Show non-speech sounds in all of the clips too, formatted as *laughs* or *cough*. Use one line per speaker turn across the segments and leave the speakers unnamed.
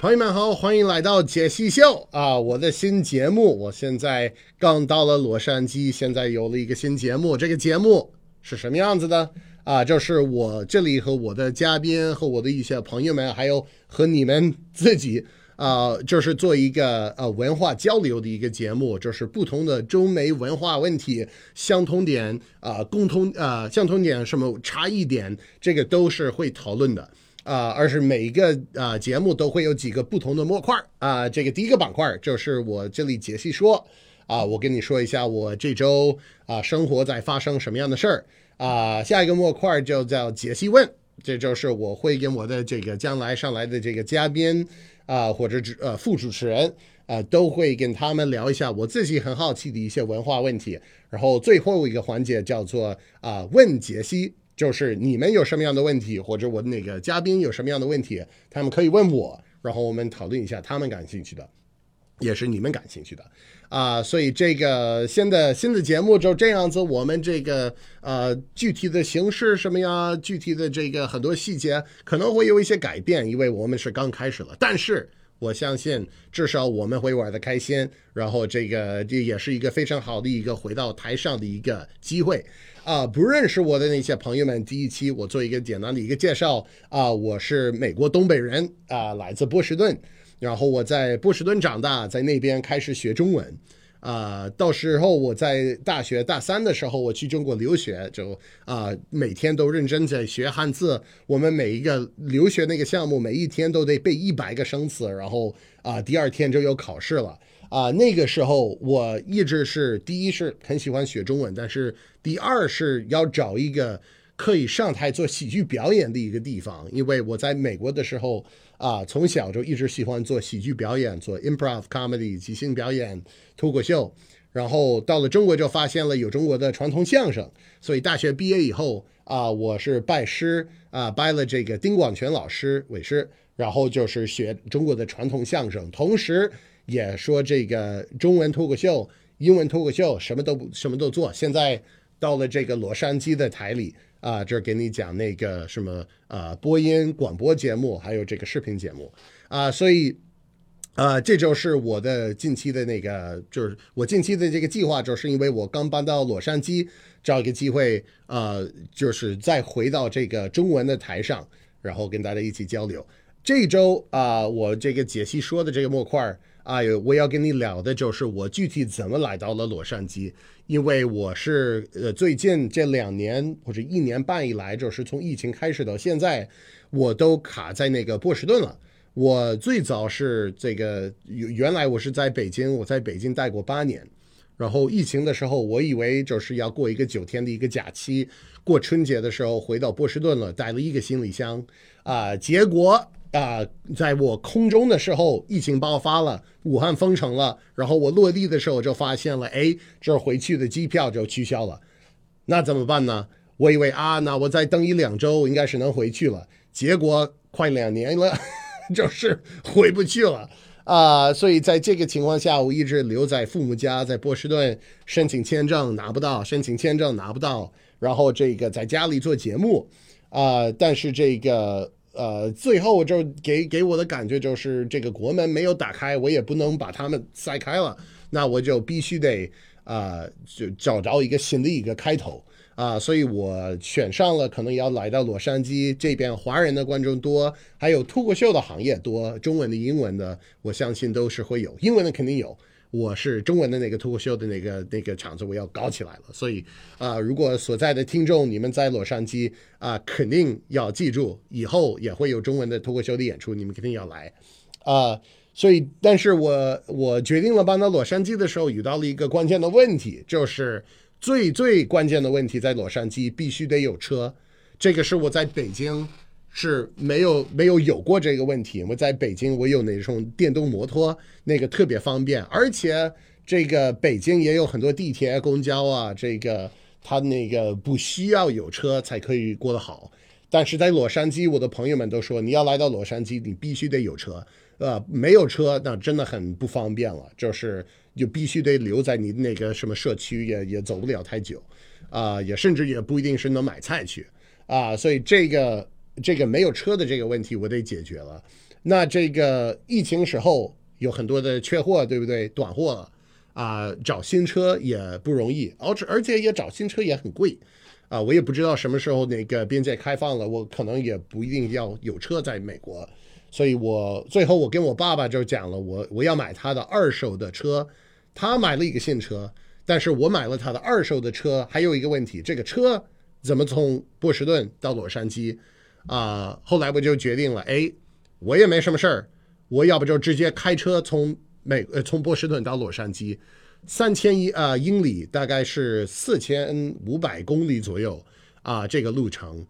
朋友们好，欢迎来到解析秀啊！我的新节目，我现在刚到了洛杉矶，现在有了一个新节目。这个节目是什么样子的啊？就是我这里和我的嘉宾和我的一些朋友们，还有和你们自己啊， *laughs* 就是做一个呃文化交流的一个节目，就是不同的中美文化问题、相同点啊、共同啊、相同点什么差异点，这个都是会讨论的。啊、而是每一个啊节目都会有几个不同的模块儿啊、这个第一个板块儿就是我这里解析说啊、我跟你说一下我这周啊、生活在发生什么样的事儿啊、下一个模块儿就叫解析问，这就是我会跟我的这个将来上来的这个嘉宾啊、或者主呃副主持人啊、都会跟他们聊一下我自己很好奇的一些文化问题。然后最后一个环节叫做啊、问解析，就是你们有什么样的问题，或者我那个嘉宾有什么样的问题，他们可以问我，然后我们讨论一下他们感兴趣的，也是你们感兴趣的啊、所以这个新的新的节目就这样子，我们这个呃具体的形式什么呀，具体的这个很多细节可能会有一些改变，因为我们是刚开始了，但是。我相信，至少我们会玩的开心，然后这个这也是一个非常好的一个回到台上的一个机会啊、不认识我的那些朋友们，第一期我做一个简单的一个介绍啊、我是美国东北人啊、来自波士顿，然后我在波士顿长大，在那边开始学中文。啊，到时候我在大学大三的时候，我去中国留学，就啊、每天都认真在学汉字。我们每一个留学那个项目，每一天都得背一百个生词，然后啊、第二天就有考试了。啊、那个时候我一直是第一是很喜欢学中文，但是第二是要找一个可以上台做喜剧表演的一个地方，因为我在美国的时候啊、从小就一直喜欢做喜剧表演，做 improv comedy 即兴表演、脱口秀，然后到了中国就发现了有中国的传统相声，所以大学毕业以后啊、我是拜师啊、拜了这个丁广泉老师为师，然后就是学中国的传统相声，同时也说这个中文脱口秀、英文脱口秀，什么都不什么都做。现在到了这个洛杉矶的台里啊、这儿给你讲那个什么啊播音广播节目，还有这个视频节目啊、所以。呃，这就是我的近期的那个，就是我近期的这个计划，就是因为我刚搬到洛杉矶，找一个机会，呃，就是再回到这个中文的台上，然后跟大家一起交流。这周啊、我这个解析说的这个模块儿啊、有我要跟你聊的就是我具体怎么来到了洛杉矶，因为我是呃最近这两年或者一年半以来，就是从疫情开始到现在，我都卡在那个波士顿了。我最早是这个，原原来我是在北京，我在北京待过八年。然后疫情的时候，我以为就是要过一个九天的一个假期，过春节的时候回到波士顿了，带了一个行李箱啊、结果啊、在我空中的时候，疫情爆发了，武汉封城了，然后我落地的时候就发现了，哎，这回去的机票就取消了。那怎么办呢？我以为啊，那我再等一两周，应该是能回去了。结果快两年了， *laughs* 就是回不去了啊、所以在这个情况下，我一直留在父母家，在波士顿申请签证拿不到，申请签证拿不到，然后这个在家里做节目啊、但是这个呃，最后就给给我的感觉就是这个国门没有打开，我也不能把他们塞开了，那我就必须得啊，就找着一个新的一个开头啊，所以我选上了，可能要来到洛杉矶这边，华人的观众多，还有脱口秀的行业多，中文的、英文的，我相信都是会有，英文的肯定有。我是中文的那个脱口秀的那个那个场子，我要搞起来了。所以啊、如果所在的听众你们在洛杉矶啊、肯定要记住，以后也会有中文的脱口秀的演出，你们肯定要来。啊，所以，但是我我决定了搬到洛杉矶的时候，遇到了一个关键的问题，就是最最关键的问题，在洛杉矶必须得有车，这个是我在北京是没有没有有过这个问题。我在北京，我有那种电动摩托，那个特别方便，而且这个北京也有很多地铁、公交啊，这个它那个不需要有车才可以过得好。但是在洛杉矶，我的朋友们都说，你要来到洛杉矶，你必须得有车，呃，没有车那真的很不方便了，就是就必须得留在你那个什么社区，也也走不了太久，啊、也甚至也不一定是能买菜去，啊、所以这个这个没有车的这个问题我得解决了，那这个疫情时候有很多的缺货，对不对？短货了啊、找新车也不容易，而且而且也找新车也很贵啊、我也不知道什么时候那个边界开放了，我可能也不一定要有车在美国，所以我最后我跟我爸爸就讲了，我我要买他的二手的车，他买了一个新车，但是我买了他的二手的车，还有一个问题，这个车怎么从波士顿到洛杉矶？啊、后来我就决定了，哎，我也没什么事儿，我要不就直接开车从美呃从波士顿到洛杉矶，三千一啊英里，大概是四千五百公里左右啊、这个路程，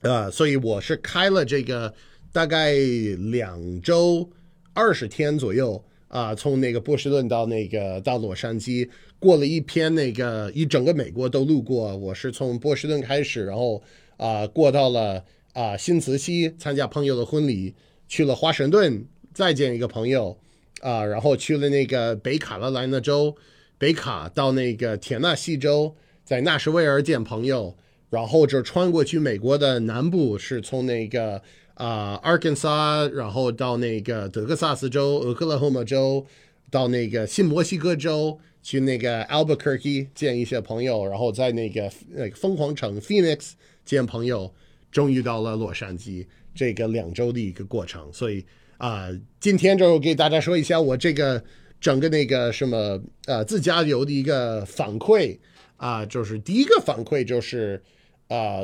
呃，所以我是开了这个大概两周二十天左右啊、从那个波士顿到那个到洛杉矶，过了一篇那个一整个美国都路过。我是从波士顿开始，然后啊、过到了啊、新泽西参加朋友的婚礼，去了华盛顿再见一个朋友啊、然后去了那个北卡罗来纳州，北卡到那个田纳西州，在纳什维尔见朋友，然后就穿过去美国的南部，是从那个啊、阿 Arkansas，然后到那个德克萨斯州、俄克拉荷马州，到那个新墨西哥州，去那个 Albuquerque 见一些朋友，然后在那个那个疯狂城 Phoenix 见朋友，终于到了洛杉矶，这个两周的一个过程，所以。啊、今天就给大家说一下我这个整个那个什么呃自驾游的一个反馈啊、就是第一个反馈就是啊、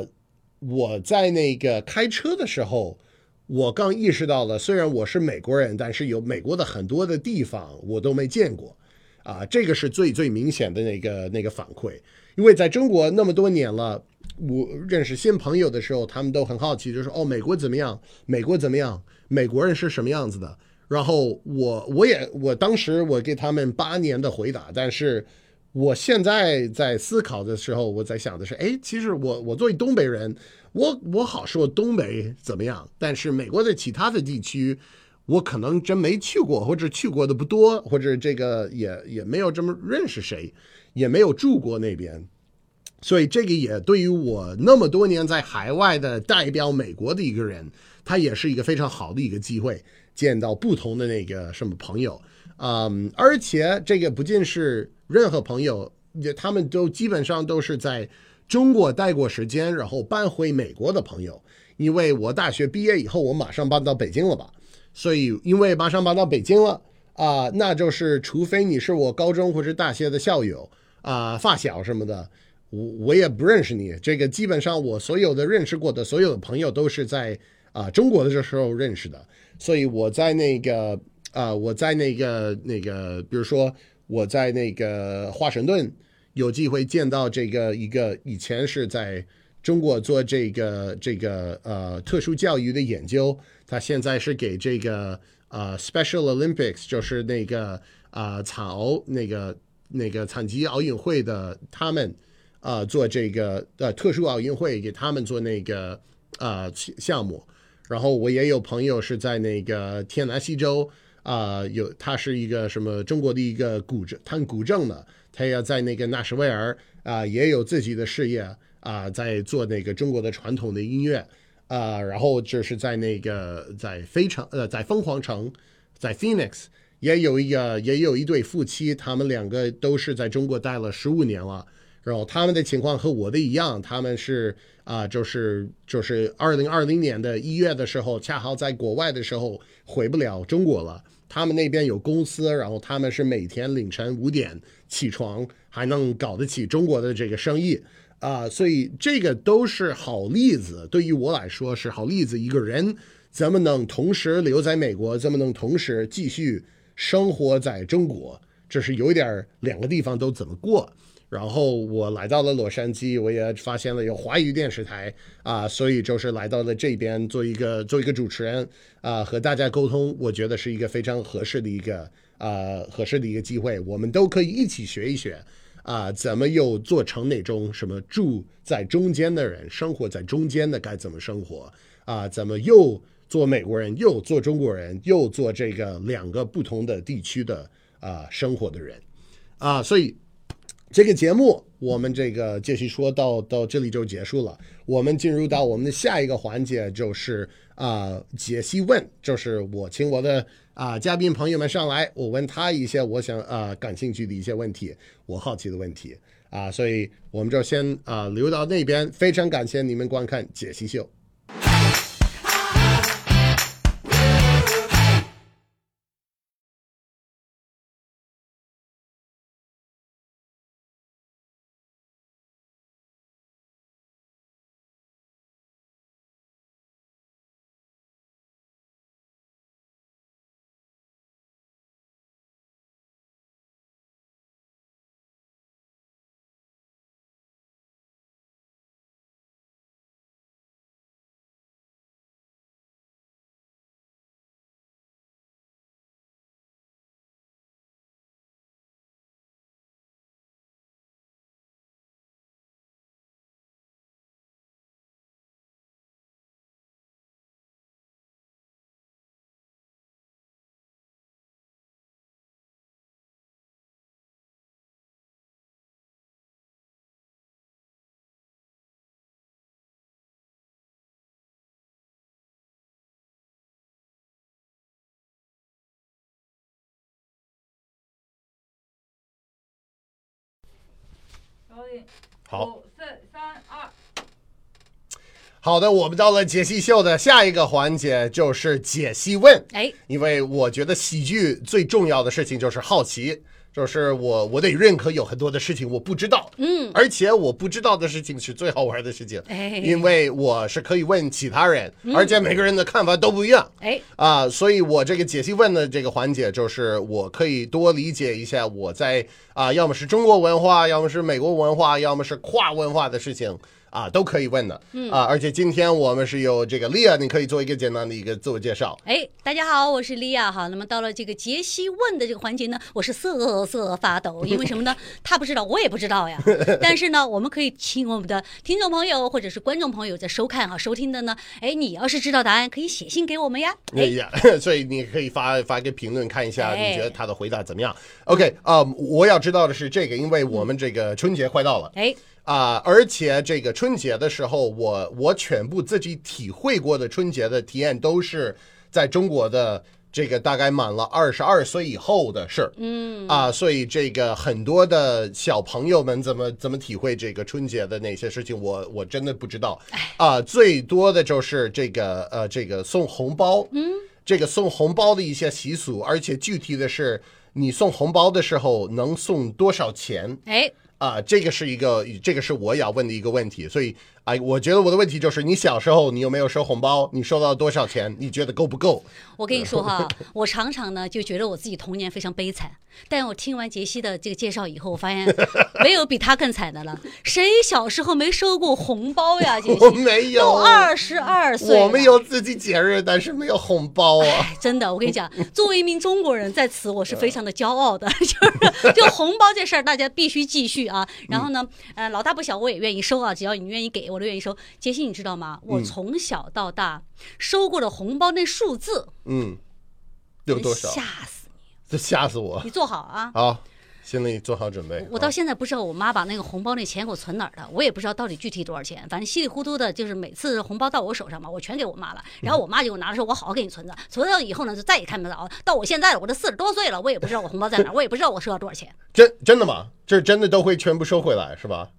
我在那个开车的时候，我刚意识到了，虽然我是美国人，但是有美国的很多的地方我都没见过。啊，这个是最最明显的那个那个反馈，因为在中国那么多年了，我认识新朋友的时候，他们都很好奇，就说哦，美国怎么样？美国怎么样？美国人是什么样子的？然后我我也我当时我给他们八年的回答，但是我现在在思考的时候，我在想的是，哎，其实我我作为东北人，我我好说东北怎么样，但是美国的其他的地区，我可能真没去过，或者去过的不多，或者这个也也没有这么认识谁，也没有住过那边，所以这个也对于我那么多年在海外的代表美国的一个人，他也是一个非常好的一个机会，见到不同的那个什么朋友，嗯，而且这个不仅是任何朋友，也他们都基本上都是在中国待过时间，然后搬回美国的朋友，因为我大学毕业以后，我马上搬到北京了吧，所以因为马上搬到北京了。啊、那就是除非你是我高中或者大学的校友啊、发小什么的，我我也不认识你。这个基本上我所有的认识过的所有的朋友都是在啊、中国的这时候认识的，所以我在那个啊、我在那个那个，比如说我在那个华盛顿有机会见到这个一个以前是在中国做这个这个呃特殊教育的研究，他现在是给这个呃 Special Olympics，就是那个呃残奥那个那个残疾奥运会的他们呃做这个呃特殊奥运会给他们做那个呃项目，然后我也有朋友是在那个天南西州。啊、有他是一个什么中国的一个古镇，弹古镇的，他也在那个纳什维尔啊、也有自己的事业啊、在做那个中国的传统的音乐啊、然后就是在那个在非常呃在凤凰城，在 Phoenix 也有一个也有一对夫妻，他们两个都是在中国待了十五年了。然后他们的情况和我的一样，他们是啊、就是就是二零二零年的一月的时候，恰好在国外的时候回不了中国了。他们那边有公司，然后他们是每天凌晨五点起床，还能搞得起中国的这个生意啊、所以这个都是好例子。对于我来说是好例子，一个人怎么能同时留在美国，怎么能同时继续生活在中国，这是有点儿两个地方都怎么过。然后我来到了洛杉矶，我也发现了有华语电视台啊、所以就是来到了这边做一个做一个主持人啊、和大家沟通，我觉得是一个非常合适的一个啊合适的一个机会，我们都可以一起学一学啊、怎么又做成那种什么住在中间的人，生活在中间的该怎么生活啊、怎么又做美国人，又做中国人，又做这个两个不同的地区的啊、生活的人啊、所以这个节目我们这个继续说到到这里就结束了，我们进入到我们的下一个环节，就是啊、解析问，就是我请我的啊、嘉宾朋友们上来，我问他一些我想啊、感兴趣的一些问题，我好奇的问题啊、所以我们就先啊、留到那边。非常感谢你们观看解析秀。
小李，
好
五四三二，
好的，我们到了解析秀的下一个环节，就是解析问。
哎，
因为我觉得喜剧最重要的事情就是好奇，就是我我得认可有很多的事情我不知道，
嗯，
而且我不知道的事情是最好玩的事情，
哎嗯
因为我是可以问其他人，而且每个人的看法都不一样。
哎，
啊，所以我这个解析问的这个环节，就是我可以多理解一下我在啊，要么是中国文化，要么是美国文化，要么是跨文化的事情啊，都可以问的。
嗯
啊，而且今天我们是有这个利亚，你可以做一个简单的一个自我介绍。
哎，大家好，我是莉亚哈。那么到了这个杰西问的这个环节呢，我是瑟瑟发抖，因为什么
*laughs*
呢？他不知道，我也不知道呀。但是呢，我们可以请我们的听众朋友或者是观众朋友在收看啊、收听的呢，哎，你要是知道答案，可以写信给我们呀。
哎
哎，
呀， *laughs* 所以你可以发发一个评论看一下，
哎
你觉得他的回答怎么样？OK，啊、我要知道的是这个，因为我们这个春节快到了。
哎，
啊、而且这个春节的时候，我我全部自己体会过的春节的体验都是在中国的这个大概满了二十二岁以后的事儿。嗯啊、所以这个很多的小朋友们怎么怎么体会这个春节的那些事情，我我真的不知道。啊、最多的就是这个呃这个送红包，嗯，这个送红包的一些习俗，而且具体的是你送红包的时候能送多少钱。
哎，
啊，这个是一个，这个是我要问的一个问题，所以啊，我觉得我的问题就是，你小时候你有没有收红包？你收到多少钱？你觉得够不够？
我跟你说哈，
嗯
我常常呢就觉得我自己童年非常悲惨，但我听完杰西的这个介绍以后，我发现没有比他更惨的了。谁小时候没收过红包呀？杰
我
西
没有，
都二十二岁了，
我们有自己节日，但是没有红包啊。
哎真的，我跟
*laughs*
你讲，作为一名中国人，在此我是非常的骄傲的， *laughs* 就是就红包这事儿，大家必须继续啊。然后呢，呃，老大不小，我也愿意收啊，只要你愿意给，我都愿意收。杰西，你知道吗？
嗯
我从小到大收过的红包那数字，
嗯，有多少？
吓死你！
这吓死我！
你坐好啊。
好，心里做好准备。啊
我到现在不知道我妈把那个红包那钱给我存哪儿了，我也不知道到底具体多少钱，反正稀里糊涂的，就是每次红包到我手上嘛，我全给我妈了，然后我妈就给我拿着说，我好好给你存着，存到以后呢，就再也看不着。到我现在了，我都四十多岁了，我也不知道我红包在哪儿，我也不知道我收到多少钱，
真真的吗？这是真的都会全部收回来是吧？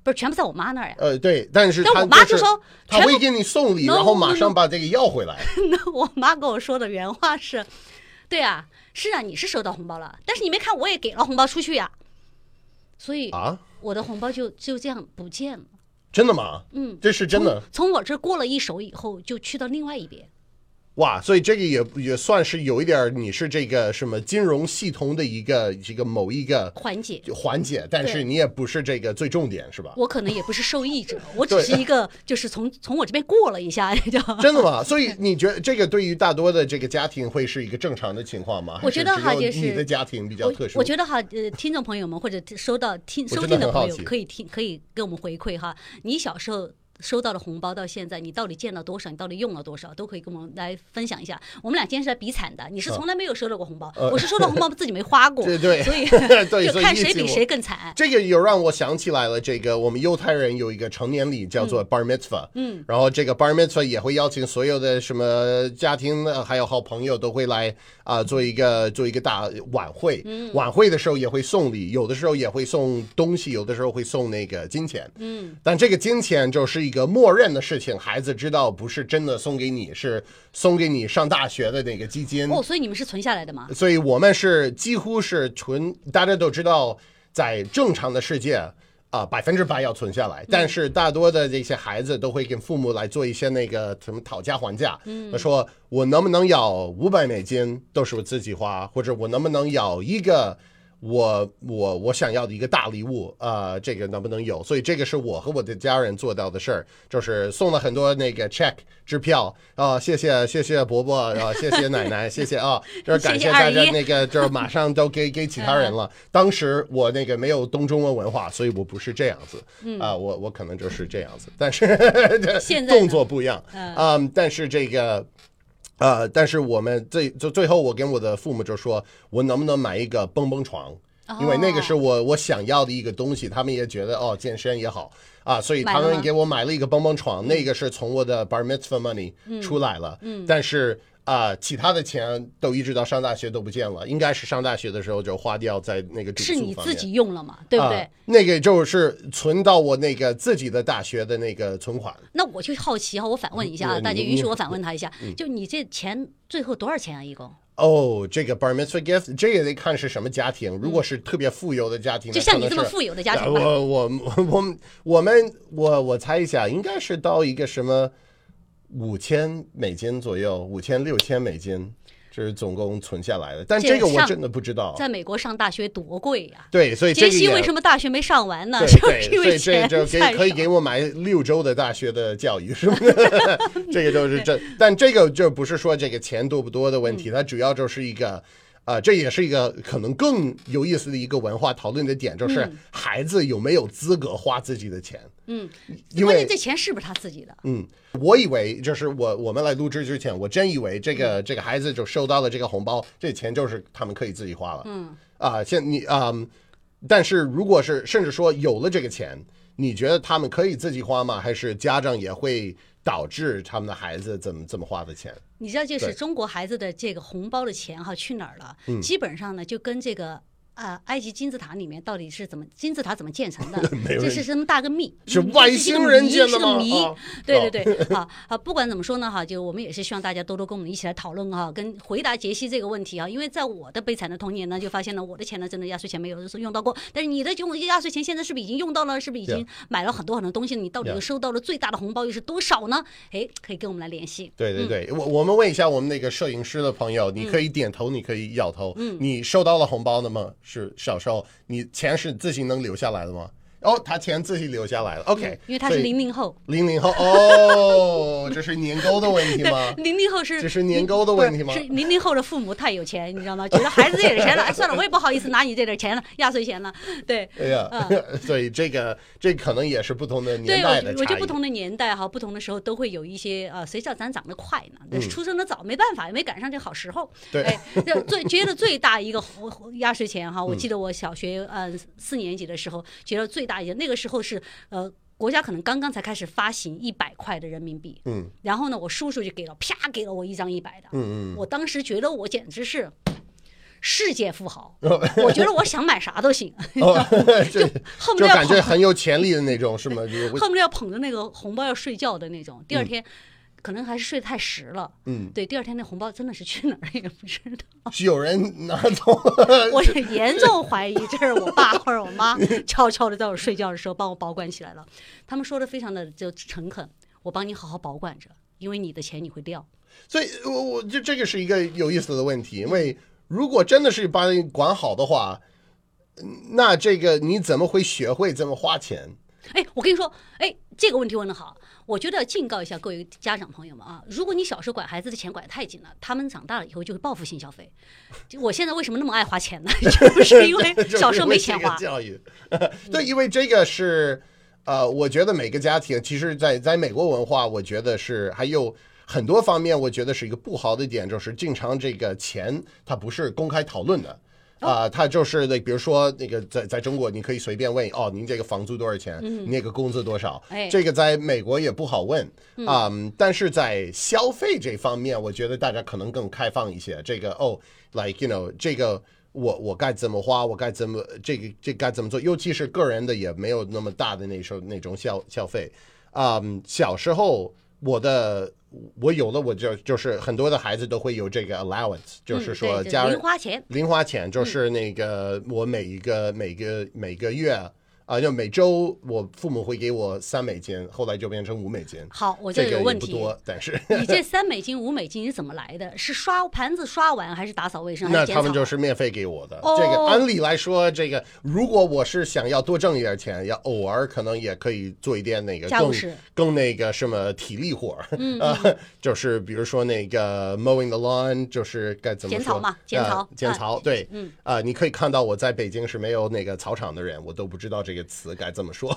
不是全部在我妈那儿呀。
呃，对，但 *laughs* 是
但
他
我妈
就
就是说 *laughs*
他
全
会
部
给你送礼，
No，
然后马
no，
上
no
把这个要回来。
那我妈跟我说的原话是，对啊，是啊，你是收到红包了，但是你没看我也给了红包出去呀、所以
啊，
我的红包就就这样不见了。
真的吗？
嗯，
这是真的。
从我这儿过了一手以后，就去到另外一边。
哇，所以这个也也算是有一点儿，你是这个什么金融系统的一个这个某一个
缓解。
环节，但是
对
你也不是这个最重点，是吧？
我可能也不是受益
*laughs*
者，我只
啊对
是一个就是从从我这边过了一下，就
真的吗？所以你觉得这个对于大多的这个家庭会是一个正常的情况吗？
我觉得
还
哈
是只有
就是
你的家庭比较
我
特殊。
我觉得哈，呃，听众朋友们或者收到听
我真
收
的
听的
很好
朋友
奇
可以听可以给我们回馈哈，你小时候收到的红包到现在，你到底见了多少，你到底用了多少，都可以跟我们来分享一下。我们俩今天是来比惨的，你是从来没有收到过红包，
啊呃
我是收到红包自己没
*laughs*
花过，
对对
所以
对
*laughs* 就
所以
看
一
谁
起
比
我
谁更惨。
这个有让我想起来了，这个我们犹太人有一个成年礼叫做 Bar Mitzvah，嗯，然后这个 Bar Mitzvah 也会邀请所有的什么家庭呃还有好朋友都会来啊、做一个做一个大晚会，嗯，晚会的时候也会送礼，有的时候也会送东西，有的时候会送那个金钱，嗯，但这个金钱就是一个默认的事情，孩子知道不是真的送给你，是送给你上大学的那个基金，
哦，所以你们是存下来的吗？
所以我们是几乎是存，大家都知道，在正常的世界啊，百分之百要存下来。但是大多的这些孩子都会跟父母来做一些那个什么讨价还价，嗯，说我能不能要五百美金都是我自己花，或者我能不能要一个。我我我想要的一个大礼物，啊，这个能不能有？所以这个是我和我的家人做到的事儿，就是送了很多那个 check 支票啊、谢谢谢谢伯伯啊、谢谢奶奶，谢谢啊，就是感
谢谢
谢大
二
家
姨
那个，就是马上都给给其他人了。当时我那个没有东中文文化，所以我不是这样子啊、我我可能就是这样子，但是这
嗯现在
*laughs*
呢嗯
动作不一样啊、但是这个。呃，但是我们最就最后，我跟我的父母就说，我能不能买一个蹦蹦床？因为
哦
那个是我我想要的一个东西，他们也觉得哦，健身也好啊，所以他
买了
们
吗嗯
给我买了一个蹦蹦床，那个是从我的 bar mitzvah money 出来了，但是啊、其他的钱都一直到上大学都不见了，应该是上大学的时候就花掉在那个住宿
是
方
你
面。
自己用了嘛，对不对？
啊那个就是存到我那个自己的大学的那个存款，
那我就好奇哈，我反问一下啊，
嗯
大家
你
允许
你嗯
我反问他一下，就你这钱最后多少钱啊？一共？
哦，这个 bar mitzvah gift，这也得看是什么家庭。如果是特别富有的家庭，
嗯就
那
像
可
你
能
这么
是啊
富有的家庭吧，
我我我我们我们我我猜一下，应该是到一个什么五千美金左右，五千六千美金，这是总共存下来的。但
这个
这个我
上
真的不知道。
在美国上大学多贵呀、
对，所以这
杰
个
西
也
为什么大学没上完呢？
对
就
对，
是因为
所以这
钱
就
太
给
少
可以给我买六周的大学的教育
*laughs*
什么的，这个就是这，但这个就不是说这个钱多不多的问
嗯
题，它主要就是一个。啊、这也是一个可能更有意思的一个文化讨论的点，就是孩子有没有资格花自己的钱。
嗯，
因
关
为
键这钱是不是他自己的？
嗯，我以为就是我我们来录制之前，我真以为这
嗯
个这个孩子就收到了这个红包，这钱就是他们可以自己花了。嗯啊，现你啊、嗯但是如果是甚至说有了这个钱，你觉得他们可以自己花吗？还是家长也会导致他们的孩子怎么怎么花的钱？
你知道，就是
对嗯
中国孩子的这个红包的钱哈去哪儿了？基本上呢，就跟这个。啊，埃及金字塔里面到底是怎么金字塔怎么建成的
*laughs* 没？有
这
人
是什么大个秘？
是
嗯
外
这是个
星人
谜
建的
是个
吗
谜
哦
*laughs* 对对对，啊啊，不管怎么说呢哈，就我们也是希望大家多多跟我们一起来讨论哈，跟回答杰西这个问题啊，因为在我的悲惨的童年呢，就发现了我的钱呢，真的压岁钱没有用到过，但是你的用压岁钱现在是不是已经用到了？是不是已经
Yeah
买了很多很多东西了？你到底
Yeah
收到了最大的红包又是多少呢？哎，可以跟我们来联系。
对对对，我我们问一下我们那个摄影师的朋友，
嗯
你可以点头，你可以摇头。你收到了红包了吗？是少收，你钱是自己能留下来的吗？哦，他钱自己留下来了。OK，
嗯因为他是
所以
零零后，？
零零后哦，这是年沟的问题吗
*laughs* 零零后是
这是年沟的问题吗
不是是零零后的父母太有钱，你知道吗？觉得孩子这点钱了，哎 *laughs* 算了，我也不好意思拿你这点钱了，压岁钱了。对，
哎呀， *laughs* 所以这个这可能也是不同的年
嗯对我
代
觉
的
我觉
差
得
异
不。同的年代哈，不同的时候都会有一些呃，谁叫咱长得快呢？但是出生的早，没办法，也没赶上这好时候。
嗯对
哎， *laughs* 这最觉得最大一个红红压岁钱哈，我
嗯
记得我小学呃四年级的时候，觉得最大一个，那个时候是呃。国家可能刚刚才开始发行一百块的人民币，
嗯，
然后呢，我叔叔就给了，啪给了我一张一百的，
嗯
我当时觉得我简直是世界富豪，
*laughs*
我觉得我想买啥都行， *laughs*
嗯，哦，这
恨不
*laughs* 就
得要
感
捧
觉很有潜力的那种，是吗？就是会
恨不得要捧着那个红包要睡觉的那种。第二天。可能还是睡得太实了，
嗯，
对，第二天那红包真的是去哪儿也不知道，
是有人拿走了。
我也严重怀疑这是我爸或者我妈悄悄的在我睡觉的时候帮我保管起来了。他们说的非常的就诚恳，我帮你好好保管着，因为你的钱你会掉。
所以我我就这个是一个有意思的问题，因为如果真的是把你管好的话，嗯那这个你怎么会学会怎么花钱？
哎，我跟你说，哎，这个问题问得好，我觉得警告一下各位家长朋友们啊，如果你小时候管孩子的钱管得太紧了，他们长大了以后就会报复性消费。就我现在为什么那么爱花钱呢？就是因为 *laughs*
*laughs* 就是
*laughs* 小时候没
为
钱
这个
花。
*laughs* 教育，对，因为这个是。呃，我觉得每个家庭，其实在，在美国文化，我觉得是还有很多方面，我觉得是一个不好的点，就是经常这个钱它不是公开讨论的。啊、它就是那，比如说那个在在中国，你可以随便问哦，您这个房租多少钱？您那个工资多少？
嗯哎
这个在美国也不好问啊、嗯但是在消费这方面，我觉得大家可能更开放一些。这个哦，like you know，这个我我该怎么花，我该怎么这个这该怎么做？尤其是个人的，也没有那么大的那时候那种消消费。啊、小时候我的我有了，我就就是很多的孩子都会有这个 allowance，就是说
嗯对对
家人、
零花钱，
零花钱就是那个我每一
嗯
个每个每个月啊，就每周我父母会给我三美金，后来就变成五美金。
好，我就
这个
有
也
问
不
题。
多，但是
你这三美金、五美金你怎么来的？是刷盘子刷完，还是打扫卫生，还
那他
是剪
们
草？啊
就是免费给我的。
哦
这个按理来说，这个如果我是想要多挣一点钱，要偶尔可能也可以做一点那个
家务
更
事嗯
更那个什么体力活儿，啊， *laughs* 就是比如说那个 mowing the lawn，就是该怎么
剪
说
草嘛剪
呃
草
剪
啊
草，对，
嗯，
啊，你可以看到我在北京是没有那个草场的人，我都不知道这个词该怎么
*laughs*
说，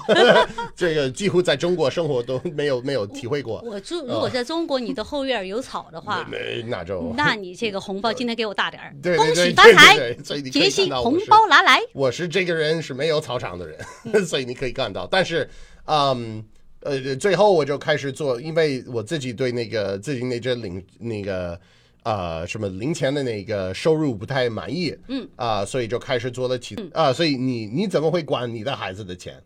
这个几乎在中国生活都没有没有体会过，
我住如果在中国，你的后院有草的话，
啊没那就
那你这个红包今天给我大点儿，
对对
恭
对对
喜发
对
财
对所以，你可以
杰
看
西
到我
红
是
包拿来。
我是这个人是没有草场的人， *laughs* 所以你可以看到。但是，嗯，呃，最后我就开始做，因为我自己对那个自己那阵领那个呃什么零钱的那个收入不太满意，
嗯
啊、所以就开始做了起啊、所以你你怎么会管你的孩子的钱？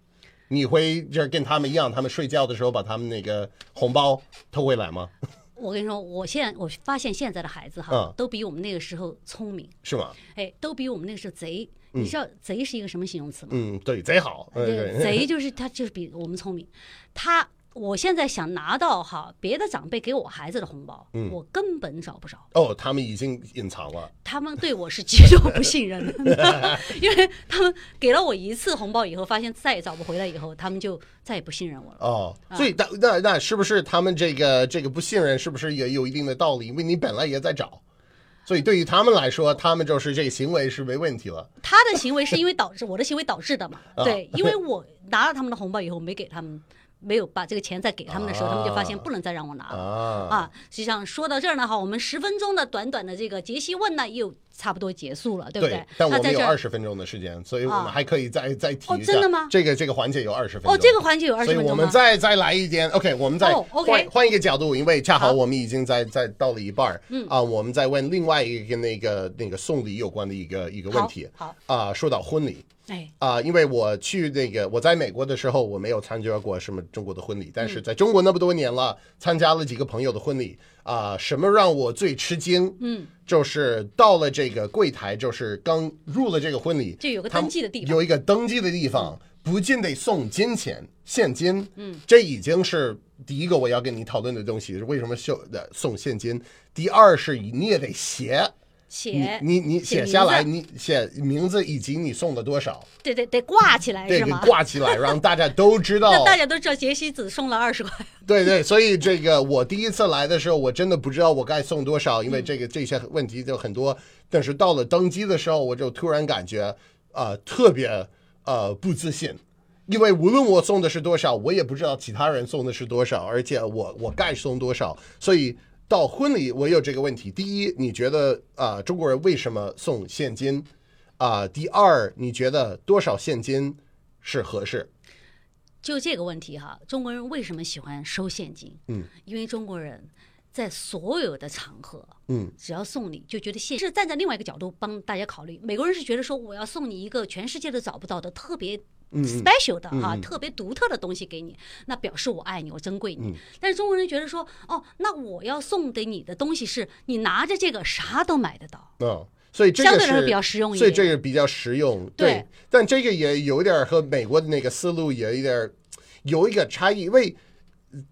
你会就是跟他们一样，他们睡觉的时候把他们那个红包偷回来吗？
我跟你说，我现在我发现现在的孩子哈
嗯，
都比我们那个时候聪明，
是吗？
哎，都比我们那个时候贼。你知道贼是一个什么形容词吗？
嗯，对，贼好，嗯 *laughs*
这个贼就是他就是比我们聪明，他。我现在想拿到哈别的长辈给我孩子的红包，
嗯
我根本找不着，
哦，他们已经隐藏了。
他们对我是极度不信任
*laughs*
的，因为他们给了我一次红包以后，发现再也找不回来以后，他们就再也不信任我了。
哦，所以那那那是不是他们这个这个不信任是不是也有一定的道理？因为你本来也在找，所以对于他们来说，他们就是这个行为是没问题了。
他的行为是因为导致我的行为导致
*laughs*
的嘛？
啊
对，因为我拿了他们的红包以后，没给他们，没有把这个钱再给他们的时候，他们就发现
啊
不能再让我拿了。
啊
啊，实际上说到这儿呢，哈，我们十分钟的短短的这个杰西问呢，又差不多结束了，对不
但我们
那在
有
这
二
儿，
十分钟的时间，所以我们
啊
还可以再再提
哦
一下。
真的吗
这个这个环节有二十分钟。
哦，这个环节有二
所
十
以
分
我
钟
们
吗？
再再来一点，OK，我们再
哦，OK
换换一个角度，因为恰好
好
我们已经在在到了一半儿
嗯
啊，我们再问另外一个跟那个那个送礼有关的一个一个问
好
题，
好，
啊，说到婚礼，
哎，
啊、因为我去那个我在美国的时候，我没有参加过什么中国的婚礼，但
嗯
是在中国那么多年了，参加了几个朋友的婚礼啊、什么让我最吃惊？
嗯，
就是到了这个柜台，就是刚入了这个婚礼，
就有个
他们
登记的地方，
有一个登记的地方，不仅得送金钱现金，嗯，这已经是第一个我要跟你讨论的东西，是为什么秀的送现金？第二是你也得写，
写
你你你
写
写下
名字
来，你写名字以及你送了多少。
得得得挂起来
对，
是
给
吗？
挂起
*laughs*
来，让大家都知道
那。大家都知道杰西只送了二十块，
*laughs* 对对，所以这个我第一次来的时候，我真的不知道我该送多少，因为
嗯
这个这些问题就很多。但是到了登机的时候，我就突然感觉，呃，特别呃不自信，因为无论我送的是多少，我也不知道其他人送的是多少，而且我我该送多少，所以。到婚礼，我有这个问题。第一，你觉得啊、呃中国人为什么送现金？啊、第二，你觉得多少现金是合适？
就这个问题哈，中国人为什么喜欢收现金？
嗯，
因为中国人在所有的场合，
嗯，
只要送礼就觉得现是站在另外一个角度帮大家考虑。美国人是觉得说我要送你一个全世界都找不到的特别
嗯
special 的哈、特别独特的东西给你，那表示我爱你，我珍贵
嗯
你。但是中国人觉得说，哦，那我要送给你的东西是你拿着这个啥都买得到。
嗯，所以这个
相对来说
是
比较实用一
所以
点
这个比较实用。
对
但这个也有点儿和美国的那个思路有一点儿有一个差异，因为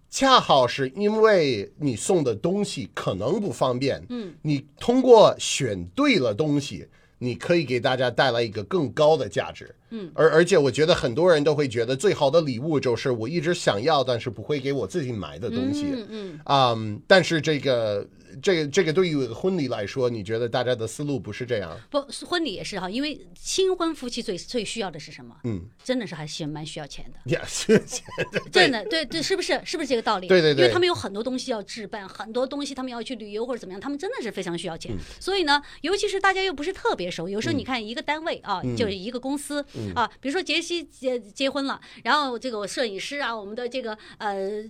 恰好是因为你送的东西可能不方便，嗯，你通过选对了东西。你可以给大家带来一个更高的价值，嗯，而而且我觉得很多人都会觉得最好的礼物就是
嗯
我一直想要但是不会给我自己买的东西，
嗯嗯，
啊、但是这个这个这个对于一个婚礼来说，你觉得大家的思路不是这样？ *laughs*
不，是婚礼也是哈，因为新婚夫妻最最需要的是什么？
嗯，
真的是还是蛮需要钱的，
也 *laughs* 是
真的，对对，是不是？是不是这个道理？
对对
因
对
为他们有很多东西要置办，很多东西他们要去旅游或者怎么样，他们真的是非常需要钱。
嗯
所以呢，尤其是大家又不是特别熟，有时候你看一个单位啊，
嗯
就是一个公司、啊，比如说杰西结结婚了，然后这个我摄影师啊，我们的这个呃。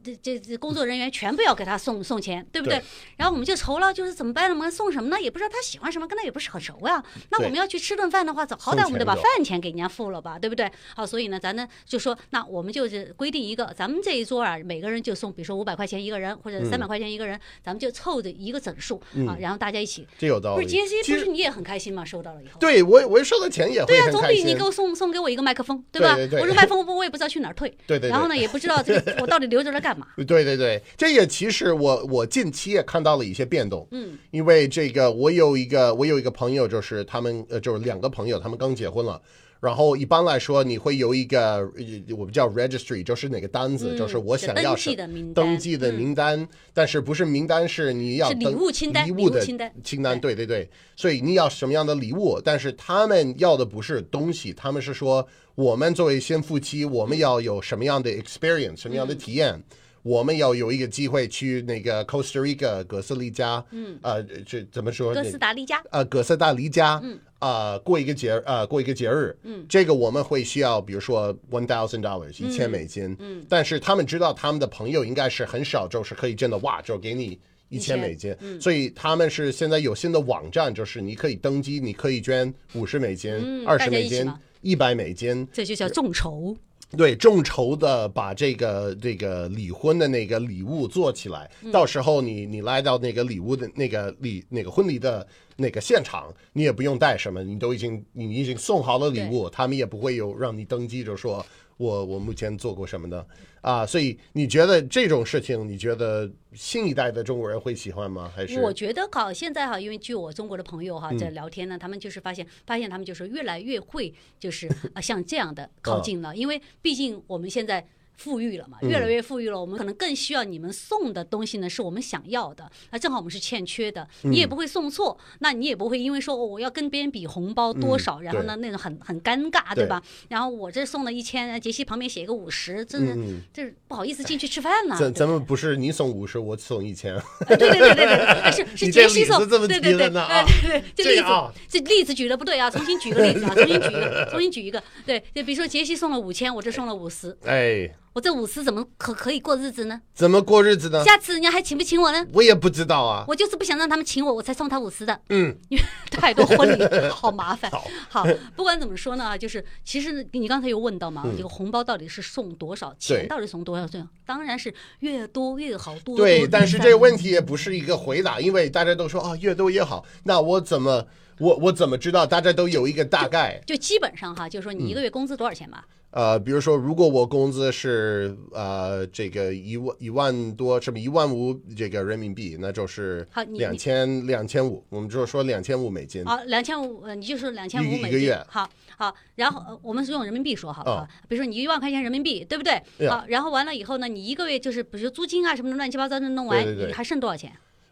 这这这工作人员全部要给他送送钱，对不对？
对
然后我们就愁了，就是怎么办呢？我们送什么呢？也不知道他喜欢什么，跟他也不是很熟呀、那
对
我们要去吃顿饭的话，早好
送
歹我们得
钱
把
就
饭钱给人家付了吧，对不对？好，所以呢，咱呢就说，那我们就是规定一个，咱们这一桌啊，每个人就送，比如说五百块钱一个人，或者
嗯
三百块钱一个人，咱们就凑着一个整数啊，然后大家一起。
这有道
不
理。
是杰西，
嗯其
不
实
是你也很开心吗？收到了以后。
对我我收到钱也会
对啊，
很
总
开
比
心
你。给我送送给我一个麦克风，吧？
对对对
我说麦克风我也不知道去哪儿退，
*laughs* 对对对
然后呢也不知道这个我到底留着它干
*laughs*
嘛。
呃对对对，这也其实我我近期也看到了一些变动，
嗯，
因为这个我有一个我有一个朋友，就是他们呃就是两个朋友，他们刚结婚了。然后一般来说，你会有一个呃我们叫 registry，就是哪个单子，
嗯
就是我想要
登记
什
的名单嗯
登记的名单，但是不是名单是你要
是礼
登
物清单
礼
礼
物
物
的
清单
清单，对对对，所以你要什么样的礼物？但是他们要的不是东西，他们是说我们作为新夫妻，我们要有什么样的 experience，什么样的体验。我们要有一个机会去那个 Costa Rica 哥斯利加，嗯，呃，这怎么说？
哥斯达黎加，
呃葛斯达黎加，嗯，呃过一个节呃过一个节日，嗯，这个我们会需要，比如说 one thousand dollars 一千美金，嗯，但是他们知道他们的朋友应该是很少，就是可以真的哇，就给你。一千嗯
1000
美金，所以他们是现在有新的网站，就是你可以登记，你可以捐五十美金、二
大
十
家
美
一起
金
吗、
嗯一百美金，
这就叫众筹。
对，众筹的把这个这个礼婚的那个礼物做起来，
嗯
到时候你你来到那个礼物的那个礼那个婚礼的那个现场，你也不用带什么，你都已经你已经送好了礼物，他们也不会有让你登记着说我我目前做过什么的啊，所以你觉得这种事情，你觉得新一代的中国人会喜欢吗？还是
我觉得搞现在哈，因为据我中国的朋友哈在聊天呢，他们就是发现发现他们就是越来越会就是啊像这样的靠近了，因为毕竟我们现在。富裕了嘛，越来越富裕了。我们可能更需要你们送的东西呢，是我们想要的，那正好我们是欠缺的。你也不会送错，那你也不会因为说、哦我要跟别人比红包多少，然后呢那种很很尴尬，对
对
吧？然后我这送了一千，杰西旁边写一个五十，真的、这不好意思进去吃饭呢。
咱
对不
咱
对
们不是你送五十，我送一千，
啊，对对对对对，哎是是
*laughs* 你这
杰西
例子
送，
这么
对
提
对
了
对，
呢
哎
啊
对对，这
这
例
个啊
子这例子举的不对啊，重新举个例子啊，重新举一个，重新举一个，对对，比如说杰西送了五千，我这送了五十，
哎，
我这五十怎么可可以过日子呢？
怎么过日子呢？
下次人家还请不请我呢？
我也不知道啊，
我就是不想让他们请我，我才送他五十的。
嗯，
因为太多婚礼好麻烦
好。
好，不管怎么说呢，就是其实你刚才有问到嘛，这个红包到底是送多少
对
钱，到底送多少钱？当然是越多越好，多
对，
多
但
益
是
善
这个问题也不是一个回答，因为大家都说啊，越多越好。那我怎么我我怎么知道大家都有一个大概？
就基本上哈，就是说你一个月工资多少钱吧？
呃，比如说，如果我工资是呃这个一万一万多，什么一万五这个人民币，那就是
好你
两千两千五，我们就说两千五美金。
啊，两千五，呃你就说两千
一
五
个
美
一个
金
月。
好，好，然后呃我们是用人民币说好
哦哎
了，比如说你一万块钱人民币，对不对？好，然后完了以后呢，你一个月就是比如说租金啊什么的乱七八糟的弄完，
对对对
你还剩多少钱？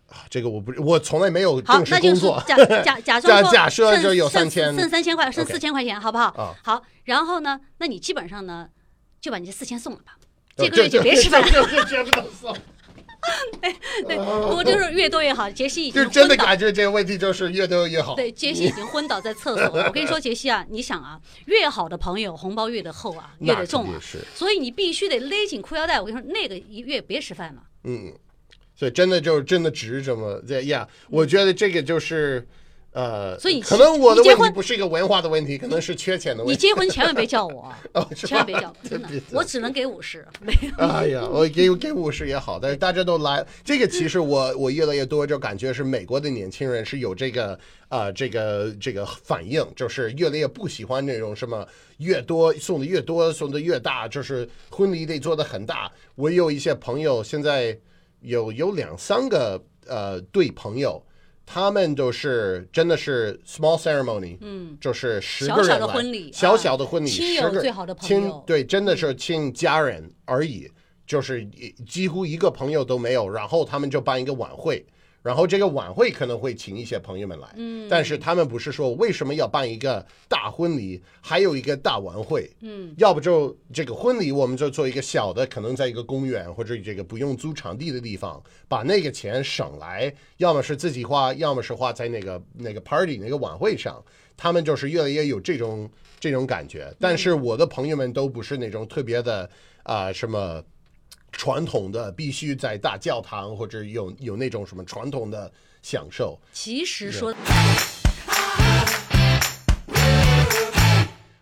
啊这个我不，我从来没有
好
正，式
那就
工
是
作。 *laughs*
假假假
假
装说
假设就有
剩
3000
剩剩三千块，剩
OK
四千块钱，好不好？
啊
好，然后呢，那你基本上呢，就把你这四千送了吧。
呃
这个月就别吃饭，了，
这这这这这这 *laughs*
对，我就是越多越好。杰西已经
就真的
昏倒
感觉这个问题就是越多越好。
对，杰西已经昏倒在厕所了。我
*laughs*
跟你说，杰西啊，你想啊，越好的朋友，红包越得厚啊，越
那
得重
肯
啊
定，是，
所以你必须得勒紧裤腰带。我跟你说，那个一月别吃饭了。
嗯，所以真的就是真的值这么这呀我觉得这个就是，呃，
所以你
可能我的
你结
问题
婚
不是一个文化的问题，可能是缺钱的
你
问题。
结婚千万别叫我，
哦，是
千万
吧？
别叫我，真
别
的
叫，
我只能给五十。
哎呀，我给给五十也好，但是大家都来，这个其实我我越来越多就感觉是美国的年轻人是有这个啊、呃这个这个反应，就是越来越不喜欢那种什么越多送的越多送的越大，就是婚礼得做的很大。我有一些朋友现在有有两三个呃对朋友。他们都是真的是 small ceremony，嗯，就是十个人
小小的
来
婚礼
小
啊
小的婚礼，十
亲友
个
最好的朋
亲
友嗯
对，真的是亲家人而已，就是一几乎一个朋友都没有。然后他们就办一个晚会，然后这个晚会可能会请一些朋友们来，
嗯
但是他们不是说为什么要办一个大婚礼，还有一个大晚会，
嗯，
要不就这个婚礼我们就做一个小的，可能在一个公园或者这个不用租场地的地方，把那个钱省来，要么是自己花，要么是花在那个那个 party 那个晚会上，他们就是越来越有这种这种感觉。但是我的朋友们都不是那种特别的啊、什么。传统的必须在大教堂或者有有那种什么传统的享受，
其实说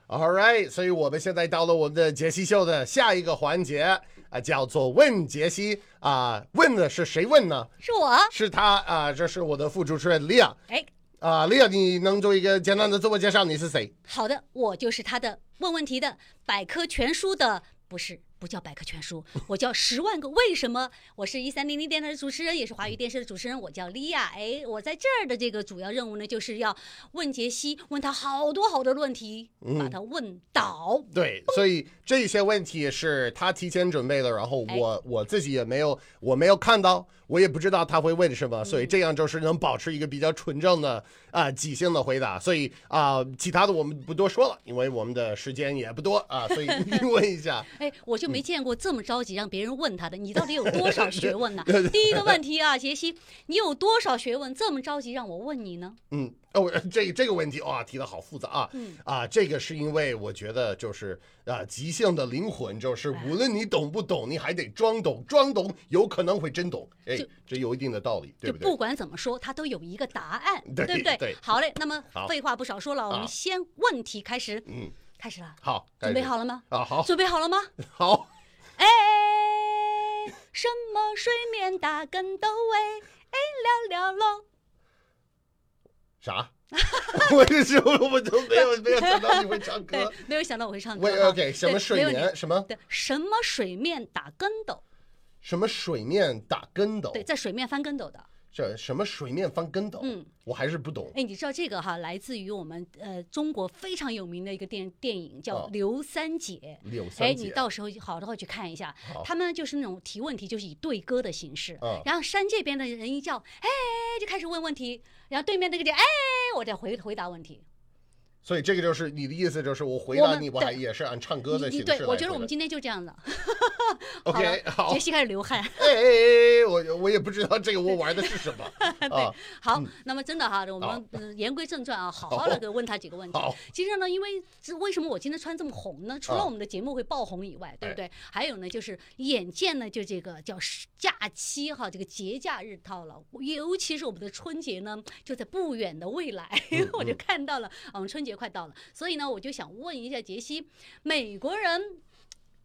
All right，所以我们现在到了我们的杰西秀的下一个环节啊、叫做问杰西啊、问的是谁问呢？
是我，
是他啊、这是我的副主持人 Lia
哎，
啊、l i a 你能做一个简单的自我介绍？你是谁？
好的，我就是他的问问题的百科全书的，不是不叫百科全书，我叫十万个为什么。我是一三零零电台的主持人，也是华语电视的主持人，我叫莉亚。哎，我在这儿的这个主要任务呢，就是要问杰西，问他好多好多的问题，把他问倒。
对，所以这些问题是他提前准备的，然后我我自己也没有，我没有看到，我也不知道他会问什么，所以这样就是能保持一个比较纯正的啊、即兴的回答。所以啊、其他的我们不多说了，因为我们的时间也不多啊，所以 *laughs* 你问一下。
哎，我
嗯
就没见过这么着急让别人问他的。你到底有多少
*laughs*
学问呢、第一个问题啊，杰西，你有多少学问这么着急让我问你呢？
嗯，哦，这这个问题哇、提的好复杂啊！
嗯
啊，这个是因为我觉得就是啊，即兴的灵魂就是
哎
无论你懂不懂，你还得装懂，装懂有可能会真懂，哎
就，
这有一定的道理，对
就
不对？
管怎么说，他都有一个答案，
对
不对？
对
好嘞，那么
好
废话不少说了，我
啊
们先问题开始，
嗯，
开始了，
好，
准备
开始
好了吗？
啊，好
准备好
*laughs*
了吗？
好，
哎，什么水面打跟斗哎，哎聊聊喽。
啥？ *laughs* 我就说我就没有没有想到你会唱
对
歌。，
没有想到我会唱歌
喂
哈。
，OK，什么
对
水？
没有
面
你
什么
对，什么水面打跟斗？
什么水面打跟斗
对，，在水面翻跟斗的。
这什么水面翻跟斗，
嗯，
我还是不懂。
哎，你知道这个哈，来自于我们呃中国非常有名的一个电电影叫
哦
《刘三姐》。
柳三
哎，
姐
你到时候好的话去看一下
好，
他们就是那种提问题，就是以对歌的形式
嗯，
然后山这边的人一叫，哎，就开始问问题，然后对面那个就哎，我再回回答问题。
所以这个就是你的意思，就是我回
我
答
们
你，我
对
还也是按唱歌的
你
形
你
式来回
对，
答。
我觉得我们今天就这样的。
OK
好
*laughs*
了
好
杰，西开始流汗。
哎哎哎，哎我我也不知道这个我玩的是什
*laughs*
么啊，
好，那么真的哈，我们呃言归正传啊，好好的给问他几个问题
好。
其实呢，因为这为什么我今天穿这么红呢？除
啊哎
了我们的节目会爆红以外，对不对？还有呢，就是眼见呢，就这个叫是假期哈，这个节假日到了，尤其是我们的春节呢，就在不远的未来， *laughs*
嗯
我就看到了，嗯，春节快到了，所以呢，我就想问一下杰西，美国人。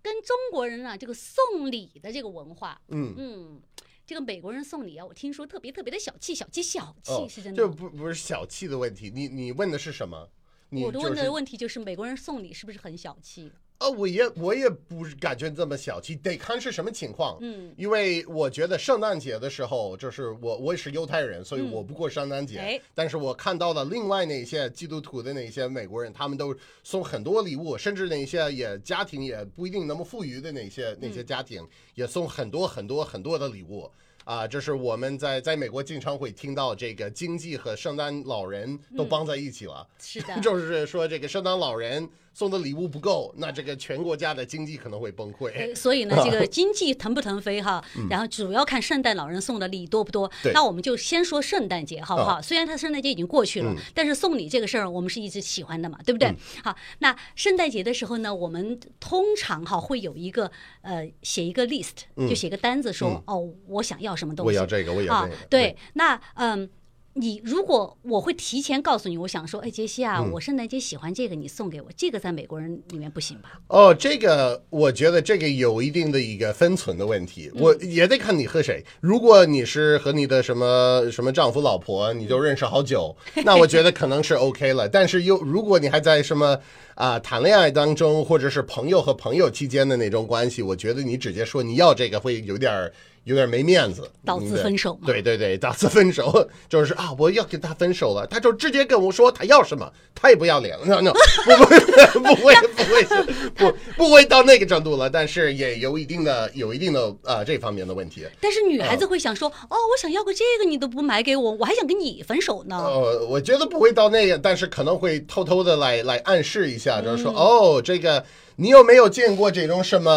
跟中国人啊，这个送礼的这个文化，
嗯。
嗯，这个美国人送礼啊，我听说特别特别的小气，小气，小气、
哦
是真，的
这
吗。
不不是小气的问题，你你问的是什么？你
我的
就
问
是
的问题就是，美国人送礼是不是很小气？
啊，我也我也不是感觉这么小气，得看是什么情况。
嗯，
因为我觉得圣诞节的时候，就是我我也是犹太人，所以
嗯
我不过圣诞节。
哎
但是我看到了另外那些基督徒的那些美国人，他们都送很多礼物，甚至那些也家庭也不一定那么富裕的那些
嗯
那些家庭、也送很多很多很多的礼物。啊，这是我们在在美国经常会听到这个经济和圣诞老人都帮在一起了。，
嗯是的
*laughs* 就是说这个圣诞老人送的礼物不够，那这个全国家的经济可能会崩溃。 *laughs*
哎所以呢，这
啊
个经济腾不腾飞哈，然后主要看圣诞老人送的礼多不多
嗯对。啊
那我们就先说圣诞节好不好？虽然它圣诞节已经过去
嗯
了，但是送礼这个事儿我们是一直喜欢的嘛，对不对？好，那圣诞节的时候呢，我们通常哈会有一个呃写一个 list，就写个单子说哦，我想要什么东
嗯
西，
我要这个，我要
啊
这个。，
对，那嗯。你如果我会提前告诉你，我想说，哎，杰西啊，
嗯
我圣诞节喜欢这个，你送给我，这个在美国人里面不行吧？
哦，这个我觉得这个有一定的一个分寸的问题，
嗯
我也得看你和谁。如果你是和你的什么什么丈夫、老婆，你就认识好
*laughs*
久，那我觉得可能是 OK 了。但是又如果你还在什么啊、谈恋爱当中，或者是朋友和朋友期间的那种关系，我觉得你直接说你要这个会有点儿。有点没面子，
导致
嗯对
分手嘛
对对对，导致分手就是啊，我要跟他分手了，他就直接跟我说他要什么，太不要脸了，no no，不会 *laughs* 不会不会不不会到那个程度了，但是也有一定的有一定的呃这方面的问题。
但是女孩
嗯
子会想说，哦，我想要个这个你都不买给我，我还想跟你分手 *laughs* 呢。
呃，我觉得不会到那个，但是可能会偷偷的来来暗示一下，就是说，哦，这个你有没有见过这种什么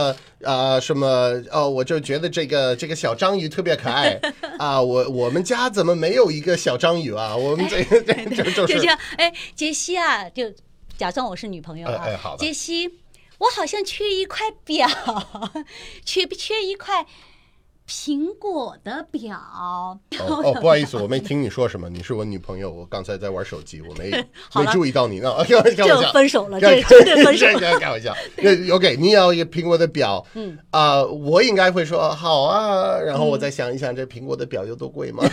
啊、呃什么哦？我就觉得这个这个小章鱼特别可爱啊，我我们家怎么没有一个小章鱼啊？我们这个这这 *laughs* 就
就是这样，哎，杰西啊，就假装我是女朋友啊，
哎哎好的
杰西，我好像缺一块表， *laughs* 缺缺一块苹果的表。
哦哦，不好意思，我没听你说什么，你是我女朋友，我刚才在玩手
*laughs*
机，我没
好
没
了
注意到
*laughs*
你呢，哦开玩笑，开玩
这
笑
分手了，
这
这绝
*laughs*
对分手
这。这开玩笑。那 OK，你要一个苹果的表，嗯啊、我应该会说好啊，然后我再想一想，这苹果的表有多贵
*laughs*
吗？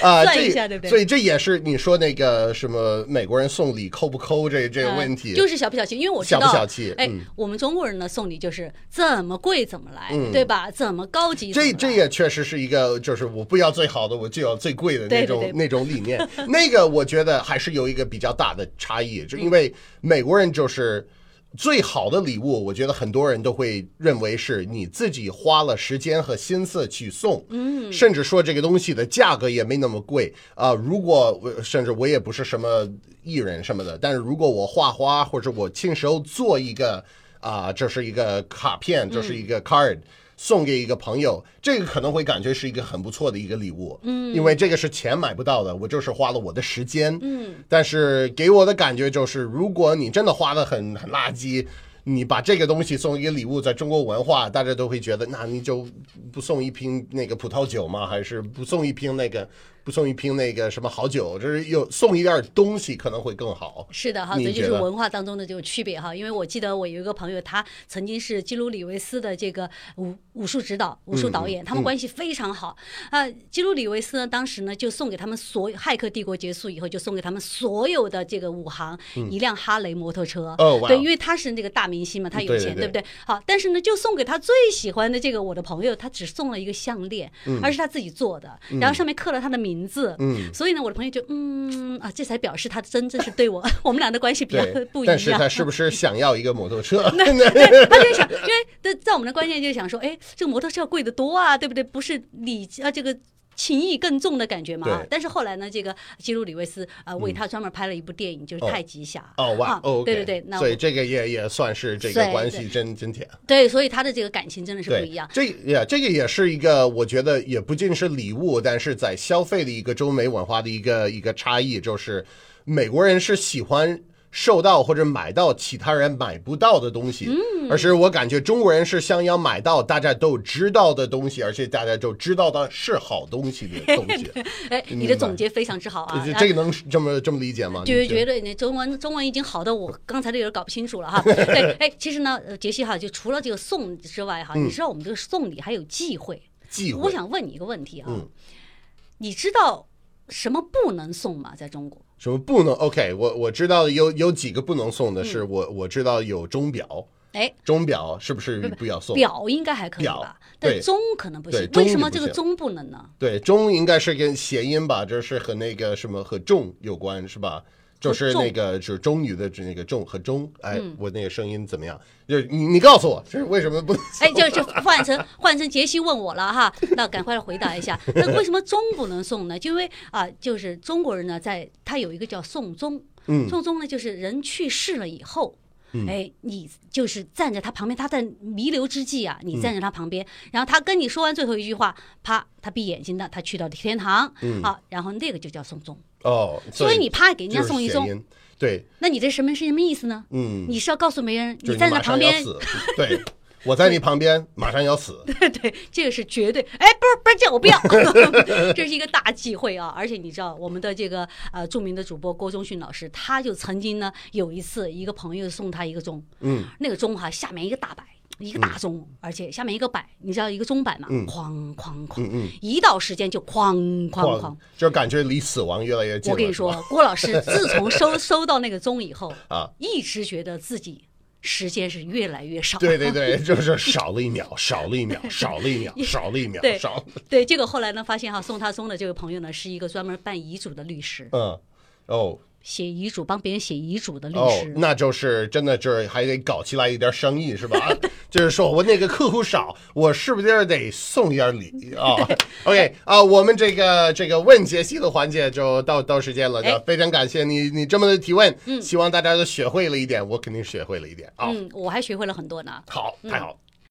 啊、这
算一下对不对
所以这也是你说那个什么美国人送礼抠不抠这这个问题，
呃就是小不小气，因为我知
小
道，
不小气
哎
嗯，
我们中国人呢送礼就是怎么贵怎么来，对吧？怎么高级怎
嗯
么
这
来，
这也确实是一个，就是我不要最好的，我就要最贵的那种
对对对
那种理念。那个我觉得还是有一个比较大的差异，就因为
嗯
美国人就是最好的礼物，我觉得很多人都会认为是你自己花了时间和心思去送，嗯，甚至说这个东西的价格也没那么贵啊、如果我甚至我也不是什么艺人什么的，但是如果我画花或者我亲手做一个。啊，这是一个卡
嗯
片，这是一个 card，、送给一个朋友，这个可能会感觉是一个很不错的一个礼物，嗯，因为这个是钱买不到的，我就是花了我的时间，嗯，但是给我的感觉就是，如果你真的花的很很垃圾。你把这个东西送一个礼物，在中国文化，大家都会觉得，那你就不送一瓶那个葡萄酒吗？还是不送一瓶那个，不送一瓶那个什么好酒？就是有送一点东西可能会更好。
是的哈，
你
这就
觉
是
得
文化当中的这种区别哈。因为我记得我有一个朋友，他曾经是基努里维斯的这个武武术指
嗯
导、武术导演，他们关系非常好。啊，基努里维斯呢，当时呢就送给他们所有《骇客帝国》结束以后，就送给他们所有的这个武行一辆哈雷摩托车。
嗯哦哇
对，因为他是那个大明星嘛，他有
对对
钱，
对
不对？好，但是呢，就送给他最喜欢的这个我的朋友，他只送了一个项链，而是他自己做的，然后上面刻了他的名字。
嗯，
所以呢，我的朋友就嗯啊，这才表示他真正是对我， *laughs* 我们俩的关系比较
对
*laughs* 不，一
但是
样
他。是不是想要一个摩托
*laughs*
车？ *laughs*
他就想，因为在我们的观念就是想说，哎，这个摩托车要贵得多啊，对不对？不是礼啊，这个。情谊更重的感觉嘛，啊
对嗯
但是后来呢，这个基努里维斯啊、呃为他专门拍了一部电影，就是
哦
《太极侠》
哦哇
啊，
哦，
对对对，那
所以
我
这个也也算是这个
对
关
对
系真真甜，
对，所以他的这个感情真的是不
对
一样，。
这也这个也是一个，我觉得也不仅是礼物，但是在消费的一个中美文化的一个一个差异，就是美国人是喜欢。受到或者买到其他人买不到的东西，
嗯
而是我感觉中国人是想要买到大家都知道的东西，而且大家都知道的是好东西的东
*laughs*
*laughs* 西。
哎，你
明白
的
呃
总结非常之好啊！
这
啊
这个能这么这么理解吗？
就
你
是觉得你中文中文已经好
*laughs*
的我刚才都有点搞不清楚了哈。对，哎，其实呢，呃杰西哈，就除了这个送之外哈，你知道我们这个送礼还有忌讳。
嗯忌讳嗯
我想问你一个问题啊，你知道什么不能送吗？在中国？
什么不能？OK，我我知道有有几个不能送的
嗯
是，我我知道有钟表，
哎，
钟表是不是不要送？
表应该还可以
表
吧，
对
但钟可能不行
对。钟
为什么
就
这
不
个
行
钟不能呢？
对，钟应该是跟谐音吧，这是和那个什么和重有关是吧？就是那个就是中女的那个重和钟，哎，
嗯
我那个声音怎么样？就是你你告诉我，这是为什么不能 *laughs* 送？
哎，就就换成换成杰西问我了哈，那赶快回答一下，那为什么钟不能送呢？就因为啊，就是中国人呢，在他有一个叫送钟，
嗯
送钟呢就是人去世了以后。哎，你就是站在他旁边，他在弥留之际啊，
嗯
你站在他旁边，然后他跟你说完最后一句话，啪，他闭眼睛的，他去到天堂，
嗯
好，然后那个就叫送钟，
哦，
所以你啪给
给
人家送一钟，
对，
那你这什么是什么意思呢？
嗯，
你是要告诉别人，
就
你
是
站在
马
旁
上要
边，
死， *laughs* 对，我在你旁边马上要
*laughs*
死，
对，这个是绝对，哎，不是不是，这我不要， *laughs* 这是一个大忌讳啊！而且你知道，我们的这个呃著名的主播郭忠训老师，他就曾经呢有一次，一个朋友送他一个钟，嗯，那个钟哈、下面一个大摆。一个大钟，而且下面一个摆，你知道一个钟摆嘛？哐哐哐，一到时间就哐嗯哐哐。
就感觉离死亡越来越近了。
我跟你
是吧
说，郭老师自从收收到那个钟以后
啊，
一直觉得自己时间是越来越少。
对对
*laughs*
对，就是少了一秒，少了一秒，少了一秒，少了一秒，
对
少，
对，结果后来呢，发现哈，宋他松的这位朋友呢，是一个专门办遗嘱的律师，
嗯，哦
写遗嘱，帮别人写遗嘱的律
哦
师。，
那就是真的，就是还得搞起来一点生意
*laughs*
是吧？啊就是说我那个客户少，我是不是得送一点礼
*laughs*
啊、OK 啊，我们这个这个问杰西的环节就到到时间了，
哎嗯
非常感谢你你这么的提问，希望大家都学会了一点，我肯定学会了一点啊。
嗯，我还学会了很多呢。
好，太好。